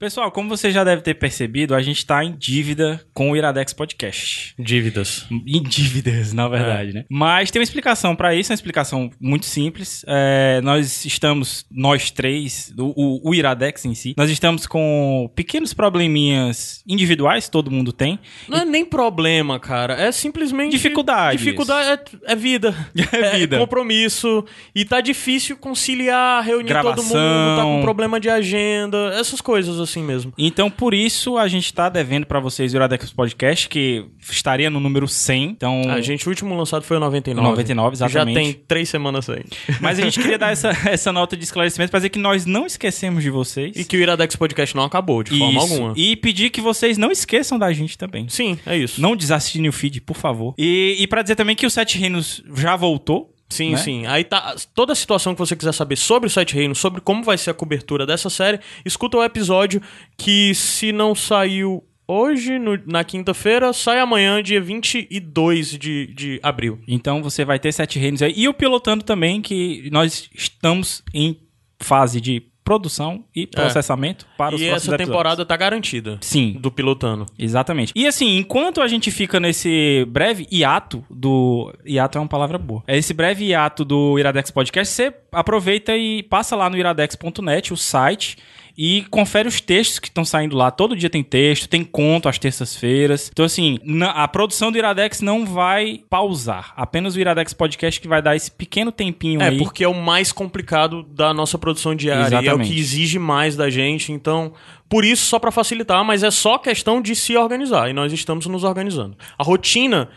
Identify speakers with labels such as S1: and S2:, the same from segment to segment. S1: Pessoal, como você já deve ter percebido, a gente tá em dívida com o Iradex Podcast.
S2: Dívidas.
S1: Em dívidas, na
S2: É.
S1: verdade, né? Mas tem uma explicação pra isso, uma explicação muito simples. É, nós estamos, nós três, o, o- o Iradex em si, nós estamos com pequenos probleminhas individuais, todo mundo tem.
S2: Não é nem problema, cara. É simplesmente.
S1: Dificuldades.
S2: Dificuldade é, é vida.
S1: É vida.
S2: compromisso. E tá difícil conciliar, reunir todo mundo, tá
S1: Gravação.
S2: com problema de agenda, essas coisas assim mesmo.
S1: Então, por isso, a gente tá devendo pra vocês o Iradex Podcast, que estaria no número 100. Então,
S2: A Ah, gente, o último lançado foi o 99.
S1: 99, exatamente.
S2: Já tem três semanas aí.
S1: Mas a gente queria dar essa, essa nota de esclarecimento pra dizer que nós não esquecemos de vocês.
S2: E que o Iradex Podcast não acabou, de forma
S1: Isso.
S2: alguma.
S1: E pedir que vocês não esqueçam da gente também.
S2: Sim, é isso.
S1: Não desassinem o feed, por favor. E, e para dizer também que o Sete Reinos já voltou.
S2: Sim,
S1: né?
S2: sim. Aí tá. Toda a situação que você quiser saber sobre o Sete Reinos, sobre como vai ser a cobertura dessa série, escuta o episódio que, se não saiu hoje, no- na quinta-feira, sai amanhã, dia 22 de, de abril.
S1: Então você vai ter Sete Reinos aí. E o Pilotando também, que nós estamos em fase de produção e processamento para os
S2: É. e
S1: próximos
S2: essa
S1: episódios.
S2: temporada tá garantida.
S1: Sim,
S2: Do pilotando.
S1: exatamente. E assim, enquanto a gente fica nesse breve hiato do. Hiato é uma palavra boa. É esse breve hiato do Iradex Podcast, você aproveita e passa lá no iradex.net, o site. E confere os textos que estão saindo lá. Todo dia tem texto, tem conto às terças-feiras. Então, assim, na- a produção do Iradex não vai pausar. Apenas o Iradex Podcast que vai dar esse pequeno tempinho
S2: É,
S1: aí.
S2: porque é o mais complicado da nossa produção diária. e É o
S1: Exatamente.
S2: que exige mais da gente. Então, por isso, só pra facilitar, mas é só questão de se organizar. E nós estamos nos organizando. A rotina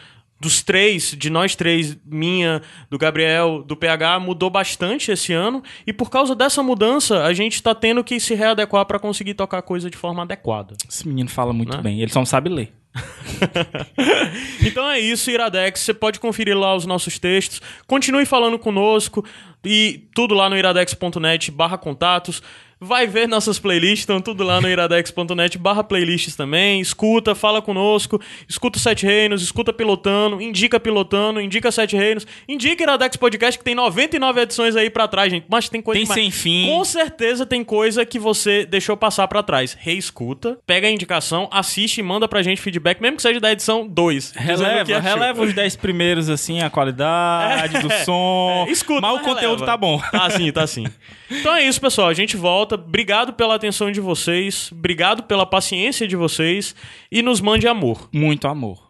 S2: dos três, de nós três, minha, do Gabriel, do PH, mudou bastante esse ano. E por causa dessa mudança, a gente tá tendo que se readequar pra conseguir tocar a coisa de forma adequada.
S1: Esse menino fala muito bem, ele só não sabe ler.
S2: Então é isso, Iradex. Você pode conferir lá os nossos textos. Continue falando conosco e tudo lá no iradex.net barra contatos. Vai ver nossas playlists, estão tudo lá no iradex.net barra playlists também. Escuta, fala conosco, escuta o Sete Reinos, escuta Pilotando, indica Pilotando, indica Sete Reinos, indica Iradex Podcast que tem 99 edições aí pra trás, gente. Mas tem coisa
S1: Tem
S2: demais.
S1: sem fim.
S2: Com certeza tem coisa que você deixou passar pra trás. Reescuta, pega a indicação, assiste e manda pra gente feedback, mesmo que seja da edição 2. dizendo o que é
S1: Releva,
S2: tipo- achou.
S1: releva os 10 primeiros, assim, a qualidade do som.
S2: É, escuta,
S1: mas o
S2: mas
S1: conteúdo
S2: releva.
S1: tá bom.
S2: Tá sim, tá sim. Então é isso, pessoal. A gente volta. Obrigado pela atenção de vocês. Obrigado pela paciência de vocês. E nos mande amor.
S1: Muito amor.